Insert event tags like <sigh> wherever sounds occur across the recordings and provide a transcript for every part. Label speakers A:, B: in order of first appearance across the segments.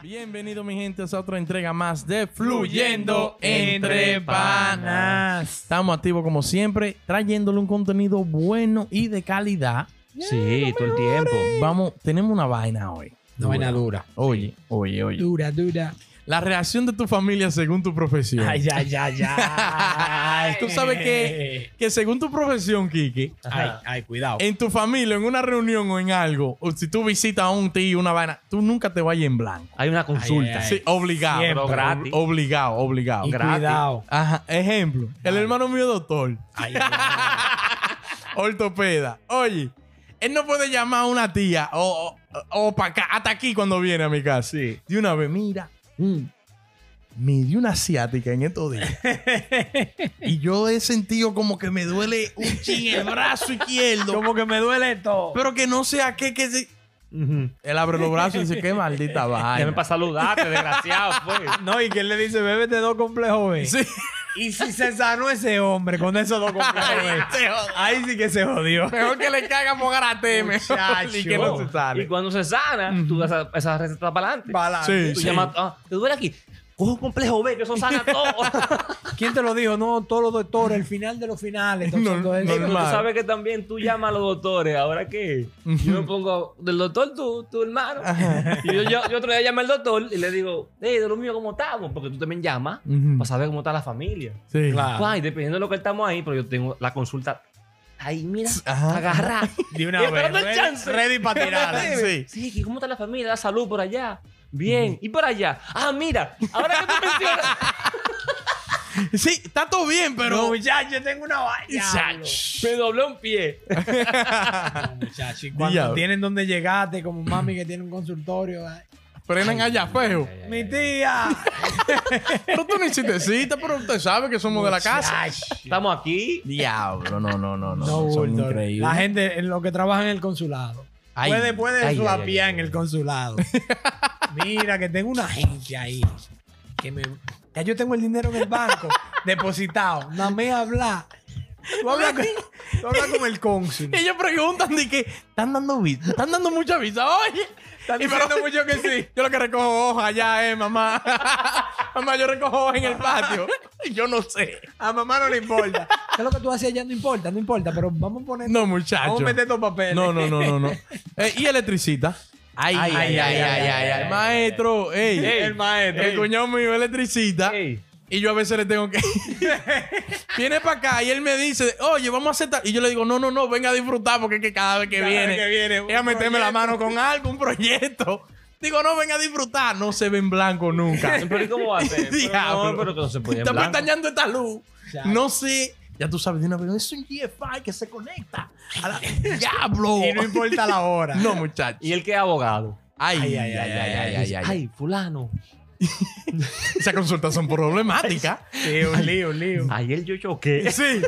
A: Bienvenido mi gente a otra entrega más de Fluyendo entre panas. Estamos activos como siempre, trayéndole un contenido bueno y de calidad.
B: Sí, todo el tiempo.
A: Vamos, tenemos una vaina hoy.
B: No hay nada dura.
A: Oye, oye, oye.
B: Dura, dura.
A: La reacción de tu familia según tu profesión.
B: Ay, ya, ya,
A: Ah. <laughs>
B: ya.
A: Tú sabes que, que según tu profesión, Kiki,
B: Ay, ay, cuidado.
A: en tu familia, en una reunión o en algo, o si tú visitas a un tío, una vaina, tú nunca te vayas en blanco.
C: Hay una consulta.
B: Ay, ay,
A: Sí, obligado.
B: Siempre.
A: ob-
C: Gratis.
A: Obligado, obligado.
B: Y
C: gratis.
B: cuidado.
A: Ajá, ejemplo. El hermano mío es doctor.
B: Ay, ay,
A: ortopeda. Oye, él no puede llamar a una tía o, o, para acá, hasta aquí cuando viene a mi casa.
C: Sí.
A: De una vez, mira, mm, me dio una asiática en estos
B: <laughs>
A: días. y yo he sentido como que me duele un chin el brazo
B: ay.
A: izquierdo.
B: Como que me duele todo.
A: pero que no sea qué, que se...
C: Ujú.
A: Él abre los brazos y dice, qué
B: <laughs>
A: maldita
C: Déjame
A: vaina.
C: para saludarte, desgraciado. pues.
A: <laughs>
B: No, y que él le dice, bébete dos complejos B.
A: Sí.
B: Y si se sanó ese hombre con esos dos
A: <laughs>
B: complejos B. Ahí sí que se jodió.
A: Mejor que le caigan por garate, mejor. Y que no se
C: Y
A: sale.
C: cuando se sana, tú das a- esa receta para adelante.
A: Sí,
C: Tú
A: sí.
C: llamas, ah, te duele aquí. Coge un complejo B, que
A: <laughs>
C: eso sana todo.
B: ¿Quién te lo dijo? No, todos los doctores, el final de los finales. todo
A: No,
B: santo eso.
C: Pero tú
A: Normal.
C: sabes que también tú llamas a los doctores. ¿Ahora qué? Yo me pongo del doctor tú, tu hermano. Y yo, yo, yo otro día llamé al doctor y le digo, hey, de lo mío, ¿cómo estamos? Porque tú también llamas
A: Ujú.
C: para saber cómo está la familia.
A: Sí.
B: Claro.
C: Ay, dependiendo de lo que estamos ahí, pero yo tengo la consulta ahí, mira,
A: <laughs> Ajá.
C: agarra.
B: De
C: Y
B: una vez.
C: esperando el chance.
B: Ready para
C: <laughs>
B: <laughs> tirar.
A: Sí.
C: Sí, que ¿cómo está la familia? La salud por allá. Bien, y por allá. Ah, mira, ahora que tú <laughs> mencionas.
A: Sí, está todo bien, pero.
B: No, muchacho, yo tengo una vaina.
C: Me dobló un pie.
B: Muchacho, y cuando
A: Diablo.
B: tienen donde llegaste, como mami que tiene un consultorio. ay,
A: Frenan allá feo.
B: Mi tía.
A: Pero tú no hiciste cita, pero usted sabe que somos de la casa.
B: Muchacho.
C: Estamos aquí.
A: Diablo, no, no, no, no.
B: No,
A: son
B: bulto.
A: increíbles.
B: La gente, en lo que trabaja en el consulado.
A: Ay,
B: puede puede
C: ay,
B: suapiar
C: ay, ay,
B: en
C: ay.
B: el consulado. <laughs> Mira, que tengo una gente ahí. Que me, ya yo tengo el dinero en el <laughs> banco, depositado. Nada me habla. Tú hablas con, tú hablas con el cónsul.
A: Ellos preguntan de que están dando visa, están dando mucha visa, oye.
B: Están
A: Y pero-
B: diciendo mucho que sí.
A: Yo lo que recojo hojas allá, eh, mamá. <laughs> mamá, yo recojo hojas en el patio. yo no sé.
B: A mamá no le importa. ¿Qué es lo que tú haces allá? No importa, no importa, pero vamos a poner.
A: No, muchacho.
B: vamos a meter estos papeles.
A: No, no, no, no, no. <laughs> Eh, y electricita. Ay, ay, ay, ay, ay, ay,
C: ay,
A: Maestro, ey.
C: Ey,
A: el maestro. El
C: ey.
A: cuñado mío electricita.
C: Ey.
A: Y yo a veces le tengo que. <laughs> viene para acá y él me dice, oye, vamos a aceptar. Y yo le digo, no, no, no, venga a disfrutar porque es que cada vez que
B: Cada
A: viene.
B: vez que viene,
A: es a
B: un
A: meterme la
B: proyecto.
A: mano con algo, un proyecto. Digo, no, venga a disfrutar. No se ve en blanco <laughs> nunca.
C: Pero ¿y cómo va a ser? Pero
A: Diablo.
C: No, pero que no se puede. en
A: Está
C: blanco.
A: pestañando esta luz.
B: Chao.
A: No sé. Ya tú sabes, de una vez, es un GFI que se conecta. A la... <laughs> ¡Diablo!
B: Y no importa la hora.
A: No,
B: <laughs>
A: muchacho.
C: Y el que es abogado.
A: Ay, ay,
B: Ay,
A: ay,
B: ay,
A: ay, ay, ay, ay.
C: Ay, fulano.
A: Esas consultas son problemáticas.
B: Sí, un lío, un lío.
C: Ayer yo choqué.
A: Sí.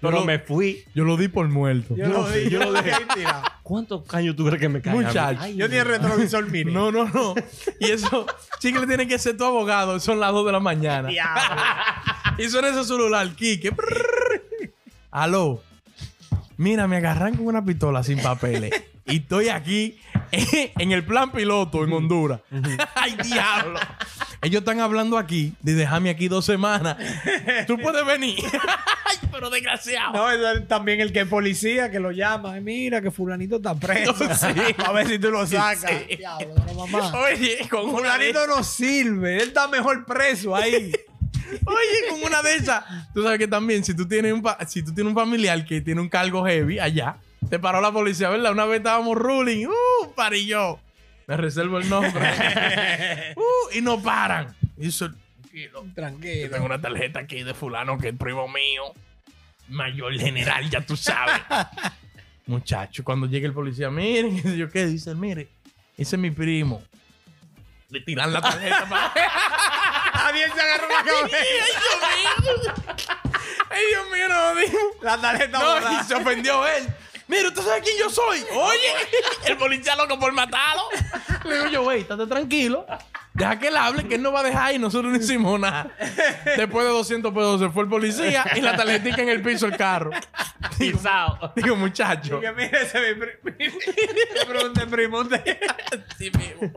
C: Pero
A: lo-
C: me fui.
A: Yo lo di por muerto.
B: Yo lo dije. Yo lo dije.
C: ¿Cuántos caños tú crees que me caen?
A: Muchacho.
B: Yo tenía el retrovisor, mire.
A: No, no, no. Y eso, chicle, tiene que ser tu abogado. Son las 2 de la mañana.
B: Diablo.
A: Y suena ese celular, Kike. Aló. Mira, me agarran con una pistola sin papeles. Y estoy aquí <laughs> en el plan piloto en Honduras. ¡Ay, diablo! Ellos están hablando aquí de dejarme aquí dos semanas. Tú puedes venir. <laughs> ¡Ay, pero desgraciado!
B: No, eso es también el que es policía que lo llama. Ay, Mira, que fulanito está
A: <laughs>
B: preso.
A: Sí.
B: <laughs> A ver si tú lo sacas.
A: Sí.
B: Diablo, pero mamá.
A: Oye, con <laughs> una de,
B: Fulanito no sirve. Él está mejor preso
A: <laughs>
B: ahí.
A: oye, con una de esas. Tú sabes que también, si tú tienes un, fa- si tú tienes un familiar que tiene un cargo heavy allá, te paró la policía, ¿verdad? Una vez estábamos ruling, ¡uh! Parillo. Me reservo el nombre. ¡uh! Y no paran. Y eso, tranquilo. Yo
B: Tranquilo.
A: tengo una tarjeta aquí de fulano que es primo mío. Mayor general, ya tú sabes. Muchacho, cuando llega el policía, miren, <laughs> qué sé yo qué, dicen, mire, ese es mi primo. Le tiran la tarjeta para...
B: También se agarró la cabeza.
A: Ay, Dios mío, no dijo.
B: La tarjeta
A: No, y
B: borrada.
A: se ofendió él. Mira, ¿tú sabes quién yo soy? Oye, el policía loco por matarlo. Le digo yo, güey, estate tranquilo. Deja que él hable, que él no va a dejar y nosotros no hicimos nada. Después de 200 pesos se fue el policía y la taletica en el piso del carro.
C: Pisao.
A: <laughs> Digo, muchacho.
B: Porque mira, ese es mi pri- mi primo de primo de-
A: Sí mismo.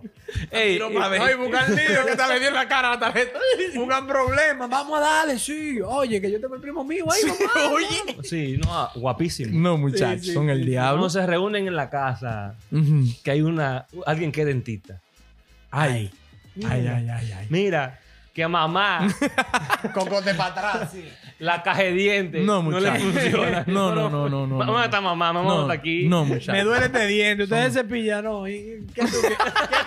C: Ey,
A: Tiro
C: y-
A: pa'
B: Ay,
A: ver.
B: buscan lío, que
A: Hasta le dio en la cara a la tarjeta.
B: buscan problemas. Vamos a darle, sí. Oye, que yo tengo el primo mío ahí,
A: <laughs>
B: mamá.
A: Oye.
C: Sí, no, ah, guapísimo.
A: No, muchachos,
B: Sí, sí,
A: son el diablo.
C: No se reúnen en la casa
A: Ujú.
C: que hay una alguien que es dentista.
A: Ay. Ay, ay, ay, ay.
C: Mira, que a
A: <laughs>
C: mamá
B: Cocote para atrás, sí.
C: la caja de dientes
A: No,
C: no, le
A: muchacho.
C: funciona.
A: <laughs> No, no, no, no, no, no.
C: Mamá está mamá, mamá no está aquí.
A: No, muchacho.
B: Me duele este diente. Ustedes se pillan, ¿no? ¿Y ¿Qué tú, qué, qué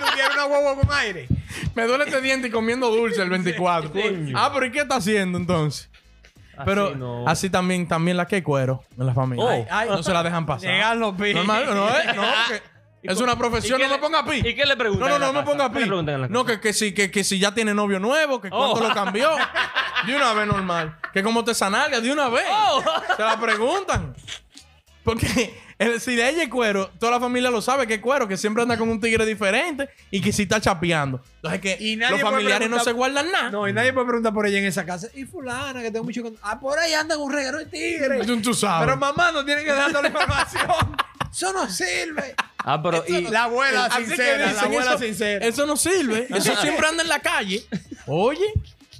B: tú quieres? ¿Una huevo con aire?
A: <laughs> Me duele este diente y comiendo dulce el 24.
C: Coño.
A: ah, pero ¿y qué está haciendo entonces?
C: Así
A: Pero así,
C: no.
A: también, también la que cuero en la familia.
C: Oh.
A: Ay, no se la dejan pasar.
B: Llegan los pijos.
A: Normal, no, eh, no, que
C: <laughs> ¿Y
A: es
C: con-
A: una
C: ¿Y
A: profesión,
C: qué
A: no me
C: le-
A: ponga pi.
C: ¿Y qué le
A: No,
C: preguntan?
A: no,
C: en la
A: no me
C: casa?
A: ponga
C: ¿Qué le
A: pi.
C: preguntan en la
A: No,
C: casa?
A: que, que, si, que, que si ya tiene novio nuevo, que
C: Oh.
A: cuánto lo
C: <laughs>
A: cambió. De una vez normal. Que como te sanalga, de una vez.
C: Oh.
A: Se la preguntan. Porque el, si de ella es cuero, toda la familia lo sabe que es cuero, que siempre anda con un tigre diferente y que si está chapeando. Entonces que
B: Y nadie
A: los
B: puede
A: familiares no
B: preguntar-
A: se guardan nada.
B: No, y nadie puede preguntar por ella en esa casa. Y fulana, que tengo mucho... con- Ah, por ahí andan un reguero de tigres.
A: Tú, tú sabes.
B: Pero mamá no tiene que dar toda la información. Eso no sirve.
C: Ah, pero y,
B: La abuela
A: Así que
B: sincera, la
A: dicen,
B: abuela
A: eso,
B: sincera.
A: Eso no
B: <laughs>
A: sirve. Eso siempre anda en la calle. Oye.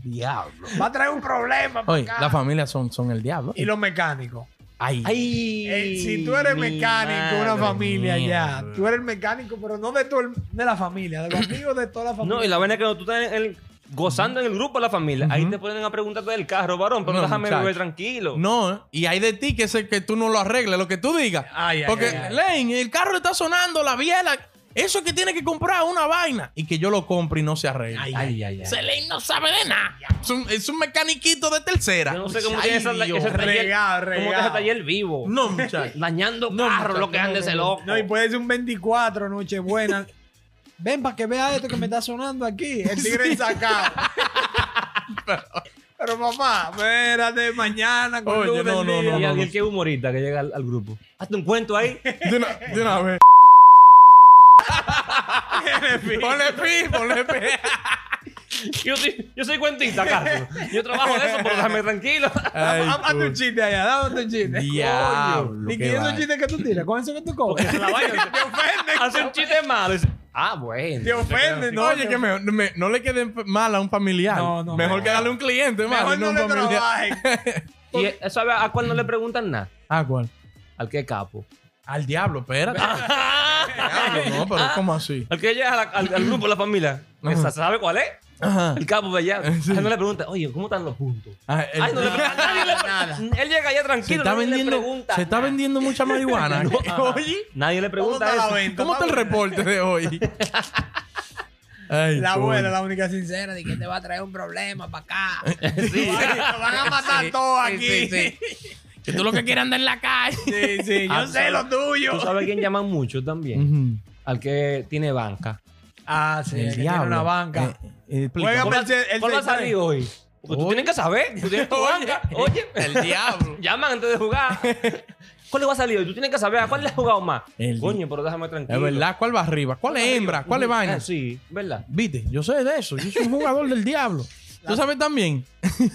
A: Diablo.
B: Va a traer un problema para
A: Oye,
B: acá.
A: las familias son, son el diablo.
B: Y los mecánicos.
A: Ay.
C: Ay,
B: Eh, si tú eres
C: mi
B: mecánico, una
C: madre.
B: familia
A: mía.
B: ya. Tú eres mecánico, pero no de, todo el- de la familia, de los amigos de toda la familia.
C: No, y la vaina es que no, tú estás en el- gozando en el grupo de la familia. Ahí te ponen a preguntarte del carro, varón, pero
A: No,
C: déjame
A: muchacho.
C: beber tranquilo.
A: No, y hay de ti que es el que tú no lo arregles, lo que tú digas.
B: Ay, ay,
A: Porque,
B: ay, ay.
A: Lane, el carro está sonando, la biela. Eso es que tiene que comprar una vaina. Y que yo lo compre y no se arregle.
B: Ay,
C: Ay, ay, ay.
A: Ese Lane no sabe de nada. Es un, es un mecaniquito de tercera.
C: Yo no sé cómo
A: Ay,
C: tiene esa,
A: Dios.
C: ese taller,
B: Regado,
C: cómo tiene
B: regado.
C: ese taller vivo.
A: No, muchacho.
C: Dañando
A: No,
C: carros, lo que
A: muchacho,
C: ande
A: no,
C: ese
A: no,
C: loco.
B: No, y puede ser un 24, Nochebuena. Ven para que vea esto que me está sonando aquí. El tigre sacado. pero, mamá, espérate, mañana con
A: Oye,
B: luz
A: no,
B: del
A: no,
B: día.
A: no,
C: y
A: no.
C: alguien que es humorista que llega al, al grupo. Hazte un cuento <laughs> ahí.
A: De una, de una vez. ponle pi, ponle pi.
C: Yo, soy- yo soy cuentista, Carlos. Yo trabajo de eso, pero déjame tranquilo.
A: Ay,
B: Haz- Hazte un
A: coño.
B: chiste allá, dame un chiste.
A: Diablo,
B: Coño. ¿Y
A: qué
B: qué es un
A: vaina.
B: chiste que tú tiras? Con eso que tú
C: <laughs> Porque
B: cobras.
C: se la <laughs> vaina.
B: Te ofende,
C: Hace un chiste malo. y dice, ah, bueno.
B: te ofende,
A: No,
B: ¿no?
A: oye, que me- me- no le quede mal a un familiar.
B: No, no,
A: mejor
B: no.
A: que darle a un cliente,
B: Mejor
A: mano,
B: no
A: un
B: le
A: familiar.
B: trabajes.
A: <laughs>
C: Y eh, ¿sabe a cuál no le preguntan nada?
A: ¿A Ah, cuál?
C: Al que es <laughs> capo.
A: Al diablo, espérate.
B: Ah,
A: Diablo, no, pero ¿cómo así?
C: Al que llega a la- al, al grupo de la familia. Esa, ¿Sabe cuál es?
A: Ajá.
C: El capo de allá.
A: Ah. <laughs> Sí.
C: Ay, no le pregunta, oye, ¿cómo están los puntos?
A: Ah, el-
C: Ay, no le pregunta. Nadie le Él llega allá
A: se
C: tranquilo.
A: está
C: nadie le
A: vendiendo,
C: pregunta
A: se está
C: nada.
A: vendiendo mucha
B: <laughs>
A: marihuana.
C: No, <laughs> ajá.
A: Oye,
C: Nadie le pregunta
B: ¿Cómo está la
C: eso.
B: venta?
A: ¿cómo está el reporte de
B: <laughs>
A: hoy? Ay,
B: La
A: coño.
B: abuela, la única sincera, de que te va a traer un problema para acá.
C: Sí.
B: Lo van a- lo van a matar todo aquí. Sí, sí,
A: Que tú lo que quieras andar en la calle.
B: <laughs> yo
C: Ah,
B: sé lo tuyo.
C: Tú sabes a quién llaman mucho también.
A: Ujú.
C: Al que tiene banca.
B: Ah, sí, el que tiene una banca.
A: Eh, eh, explica.
B: Juega
C: ¿Cuál
B: el se- el
C: cuál va a
B: 6-3.
C: salir hoy? Porque tú
A: Hoy.
C: tienes que saber. Tú tienes
B: <laughs>
C: tu
A: Oye.
C: banca. Oye.
A: El diablo.
C: Llaman antes de jugar.
A: <laughs>
C: ¿Cuál le va a salir hoy? Tú tienes que saber a cuál le has jugado más.
A: El-
C: Coño, pero déjame tranquilo.
A: Es verdad, ¿cuál va arriba? ¿Cuál es hembra? ¿Cuál es vaina?
C: Ah, sí, ¿verdad?
A: Viste, yo sé de eso. Yo soy un jugador del
B: <laughs>
A: diablo. ¿Tú sabes también?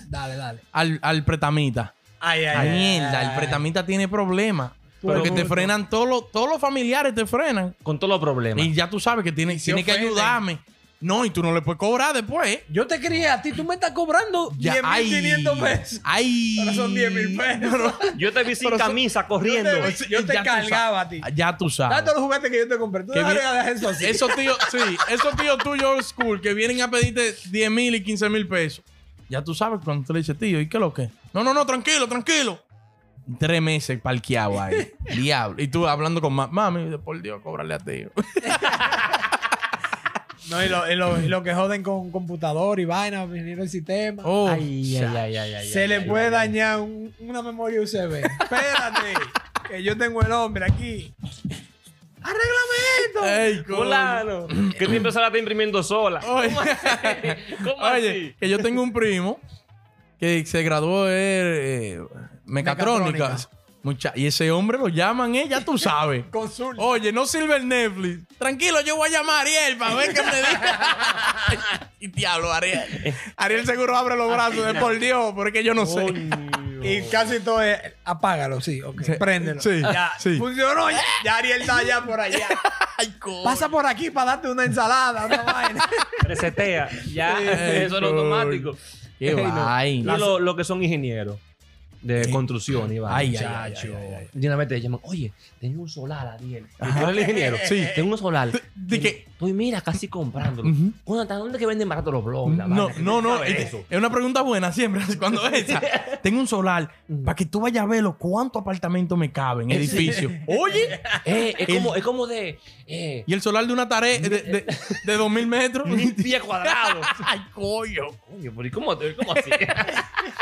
B: Dale, dale.
A: Al, al pretamita.
B: Ay, ay,
A: Ah,
B: ay.
A: mierda,
B: ay,
A: el
B: ay.
A: pretamita tiene problemas.
C: Pero
A: Porque te
C: justo.
A: frenan todos los, todos los familiares, te frenan.
C: Con todos los problemas.
A: Y ya tú sabes que tiene,
B: se
A: tiene que
B: ofenden.
A: ayudarme. No, y tú no le puedes cobrar después. ¿eh?
B: Yo te crié a ti, tú me estás cobrando
A: Ya,
B: 10.500
A: ay,
B: pesos.
A: Ay.
B: Ahora son 10.000 pesos.
C: Yo te vi sin camisa corriendo.
B: Yo te- yo te
A: Ya tú
B: cargaba a
A: sabes.
B: ti.
A: Ya tú
B: Dame
A: sabes.
B: todos los juguetes que yo te compré. Tú
A: Ah. Qué
B: déjale
A: bien.
B: a eso así.
A: Esos tíos, sí, esos tíos tuyos old school que vienen a pedirte 10 mil y 15 mil pesos. Ya tú sabes cuando tú le dices, tío, ¿y qué es lo que? No, no, no, tranquilo, tranquilo. Tres meses parqueado
B: <laughs>
A: ahí. Diablo. Y tú hablando con ma- mami, por Dios, cóbrale a tío.
B: No, y lo, y lo- y lo que joden con computador y vaina, ingeniero del sistema.
A: Oh,
C: Ay, ay,
A: cha-
C: ay, ay, ay,
B: Se
C: ay,
B: le
C: ay,
B: puede
C: ay, ay.
B: dañar un- una memoria USB. Espérate, <laughs> que yo tengo el hombre aquí. ¡Arréglame
A: Ey, coño.
C: Fulano, que tu impresora está imprimiendo sola.
A: Oye,
C: ¿Cómo
A: <laughs> oye,
C: así?
A: que yo tengo un primo que se graduó de eh, mecatrónica.
B: Mecatrónica.
A: Mucha- y ese hombre lo llaman, ¿eh? Ya
B: <laughs>
A: tú sabes.
B: Consulta.
A: Oye, no sirve el Netflix. Tranquilo, yo voy a llamar a Ariel para ver qué me
B: <laughs>
A: dice. y diablo, Ariel. Ariel seguro abre los brazos de por Dios, porque yo no sé.
B: Y casi todo es. Apágalo, sí, ok.
A: Sí.
B: Préndelo.
A: Sí,
B: Ya,
A: sí.
B: Funcionó. Ya, ya Ariel está allá por allá.
A: Ay, coño.
B: Pasa por aquí para darte una
A: <laughs>
B: ensalada, una vaina.
C: Resetea. Ya, eso es lo
A: coño.
C: automático.
A: Qué
C: Ey, no. Y
A: vaina.
C: lo, lo que son ingenieros de construcción y vaina.
A: Ay, ay, ay,
C: Chacho. De una vez te llaman, oye, tengo un solar, Ariel. Y
A: Ajá.
C: Tú eres el ingeniero.
A: Sí.
C: Tengo un solar.
A: de que-
C: Pues mira, casi comprándolo.
A: Ujú.
C: Jonathan, ¿dónde que venden barato los blogs? la
A: No,
C: vaina?
A: no, no.
C: ¿Qué
A: Es,
C: es eso?
A: es una pregunta buena siempre. Cuando es
B: <laughs>
A: esa. Tengo un solar para que tú vayas a verlo cuántos apartamentos me caben en edificio. Oye.
C: Eh, es,
A: El-
C: como, es como de eh,
A: Y el solar de una tarea de, de, de 2000 metros. <laughs>
C: <laughs> mil pies cuadrados.
A: Ay, coño.
C: Coño, pero ¿y cómo, cómo <laughs> así?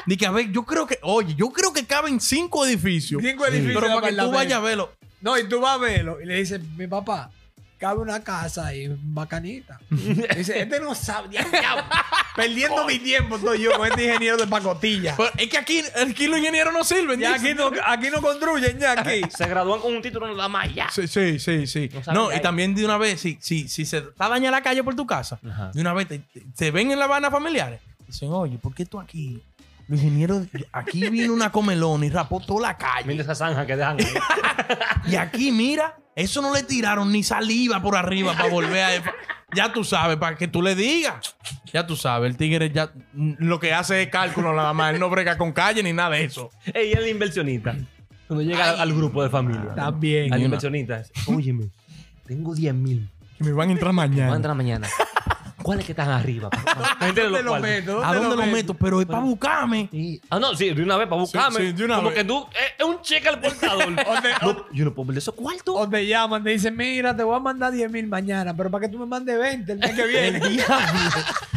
A: Ni que a ver, yo creo que, oye, yo creo que caben cinco edificios.
B: Cinco edificios
A: Pero
B: de
A: para que tú
B: apartamento.
A: vayas a verlo.
B: No, y tú vas a verlo y le dices, mi papá, cabe una casa ahí
C: <laughs>
B: bacanita. Y dice, este no sabe, ya, ya, perdiendo mi tiempo estoy yo con este ingeniero
C: <laughs>
B: de pacotilla.
A: Pero es que aquí, aquí los ingenieros no sirven.
B: Ya
A: dicen.
B: aquí no, aquí no construyen, ya aquí.
C: Se gradúan con un título nada más ya.
A: Sí, sí, sí. sí.
C: No saben
A: No,
C: qué
A: y
C: hay.
A: también de una vez, si, si, si se está dañada la calle por tu casa,
C: Ajá.
A: de una vez te, te- te ven en la habana familiares. Dicen, oye, ¿por qué tú aquí? Los ingenieros, aquí vino una comelona y rapó toda la calle.
C: Mira esa zanja que <laughs> dejan ahí.
A: Y aquí, mira, eso no le tiraron ni saliva por arriba para volver a. Ya tú sabes, para que tú le digas. Ya tú sabes, el tigre ya lo que hace es cálculo nada más. Él no brega con calle ni nada de eso.
C: Ey, es el inversionista. Cuando llega al, al grupo de familia.
B: También.
C: Al inversionista. Óyeme, tengo 10 mil.
A: Que me van a entrar
C: ¿Cuándo
A: mañana.
C: entra mañana? ¿Cuáles que están <laughs> arriba? Pa- pa- pa- entre los
B: ¿Dónde lo
C: cuartos.
B: meto?
A: ¿A dónde lo meto? Pero es para buscarme.
C: Y- Ah, no, sí, de una vez para buscarme.
A: sí, de una
C: Como
A: vez.
C: que tú. eh, Es es un cheque al portador. <laughs> No, yo no puedo ver esos cuartos.
B: O te llaman, te dicen, mira, te voy a mandar 10 mil mañana, pero para que tú me mandes 20
C: <laughs>
B: el mes que
A: El
B: viene.
A: diablo.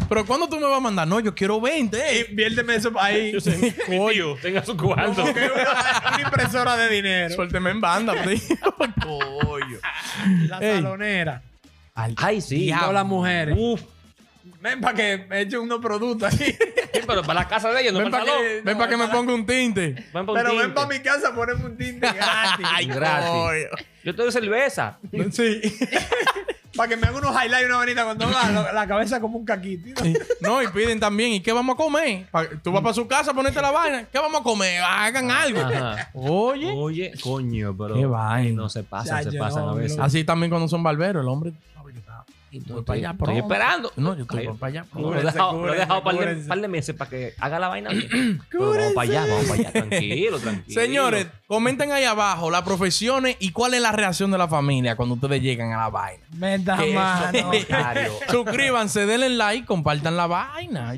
A: Pero ¿cuándo tú me vas a mandar? No, yo quiero 20. eh.
B: Inviérteme eso ahí.
C: Yo
B: <laughs>
C: sé, mi tío tenga su cuarto. <laughs>
B: Como que una, una impresora de dinero.
A: Suélteme en banda, please. Coño.
B: La
A: Ey.
B: salonera.
A: Al-
C: Ay, sí.
B: Todas las mujeres.
C: Uf.
B: Ven para que me eche unos productos aquí.
C: Sí, pero para la casa de ellos, no
A: Ven
C: para
A: para
C: el salón.
A: que, ven pa' que me ponga un tinte.
C: Ven pa' un
B: Pero ven
C: tinte.
B: para mi casa a ponerme un
C: <laughs>
B: tinte gratis.
C: Gratis. Yo te doy <laughs> cerveza.
A: Coño. Sí.
B: para que me haga unos highlights y una bonita cuando va lo- la cabeza como un caquito.
A: Sí. No, y piden también, ¿y qué vamos a comer? Pa- Tú vas para su casa a ponerte la vaina. ¿Qué vamos a comer? Hagan algo.
C: Ah, Ajá.
A: Oye.
C: Oye, coño, pero.
A: Qué vaina.
C: Ay, No se pasan,
B: Ya,
C: se
B: yo
C: pasan
B: no,
C: a veces.
B: no.
A: Así también cuando son barberos, el hombre.
C: Estoy,
A: voy para allá
C: estoy
A: pronto.
C: esperando.
A: No, yo estoy
C: Ay,
A: para allá pronto.
C: Lo he
B: Cúbrense,
C: dejado, lo he dejado par, de,
B: cúbrense.
C: par de meses para que haga la vaina
B: <clears throat>
C: bien. Pero vamos para allá, vamos para allá. Tranquilo, tranquilo.
A: Señores, comenten ahí abajo las profesiones y cuál es la reacción de la familia cuando ustedes llegan a la
B: <laughs>
A: vaina.
B: Meta
A: Que eso-
B: mano.
C: Mario.
A: Suscríbanse, denle like, compartan la vaina.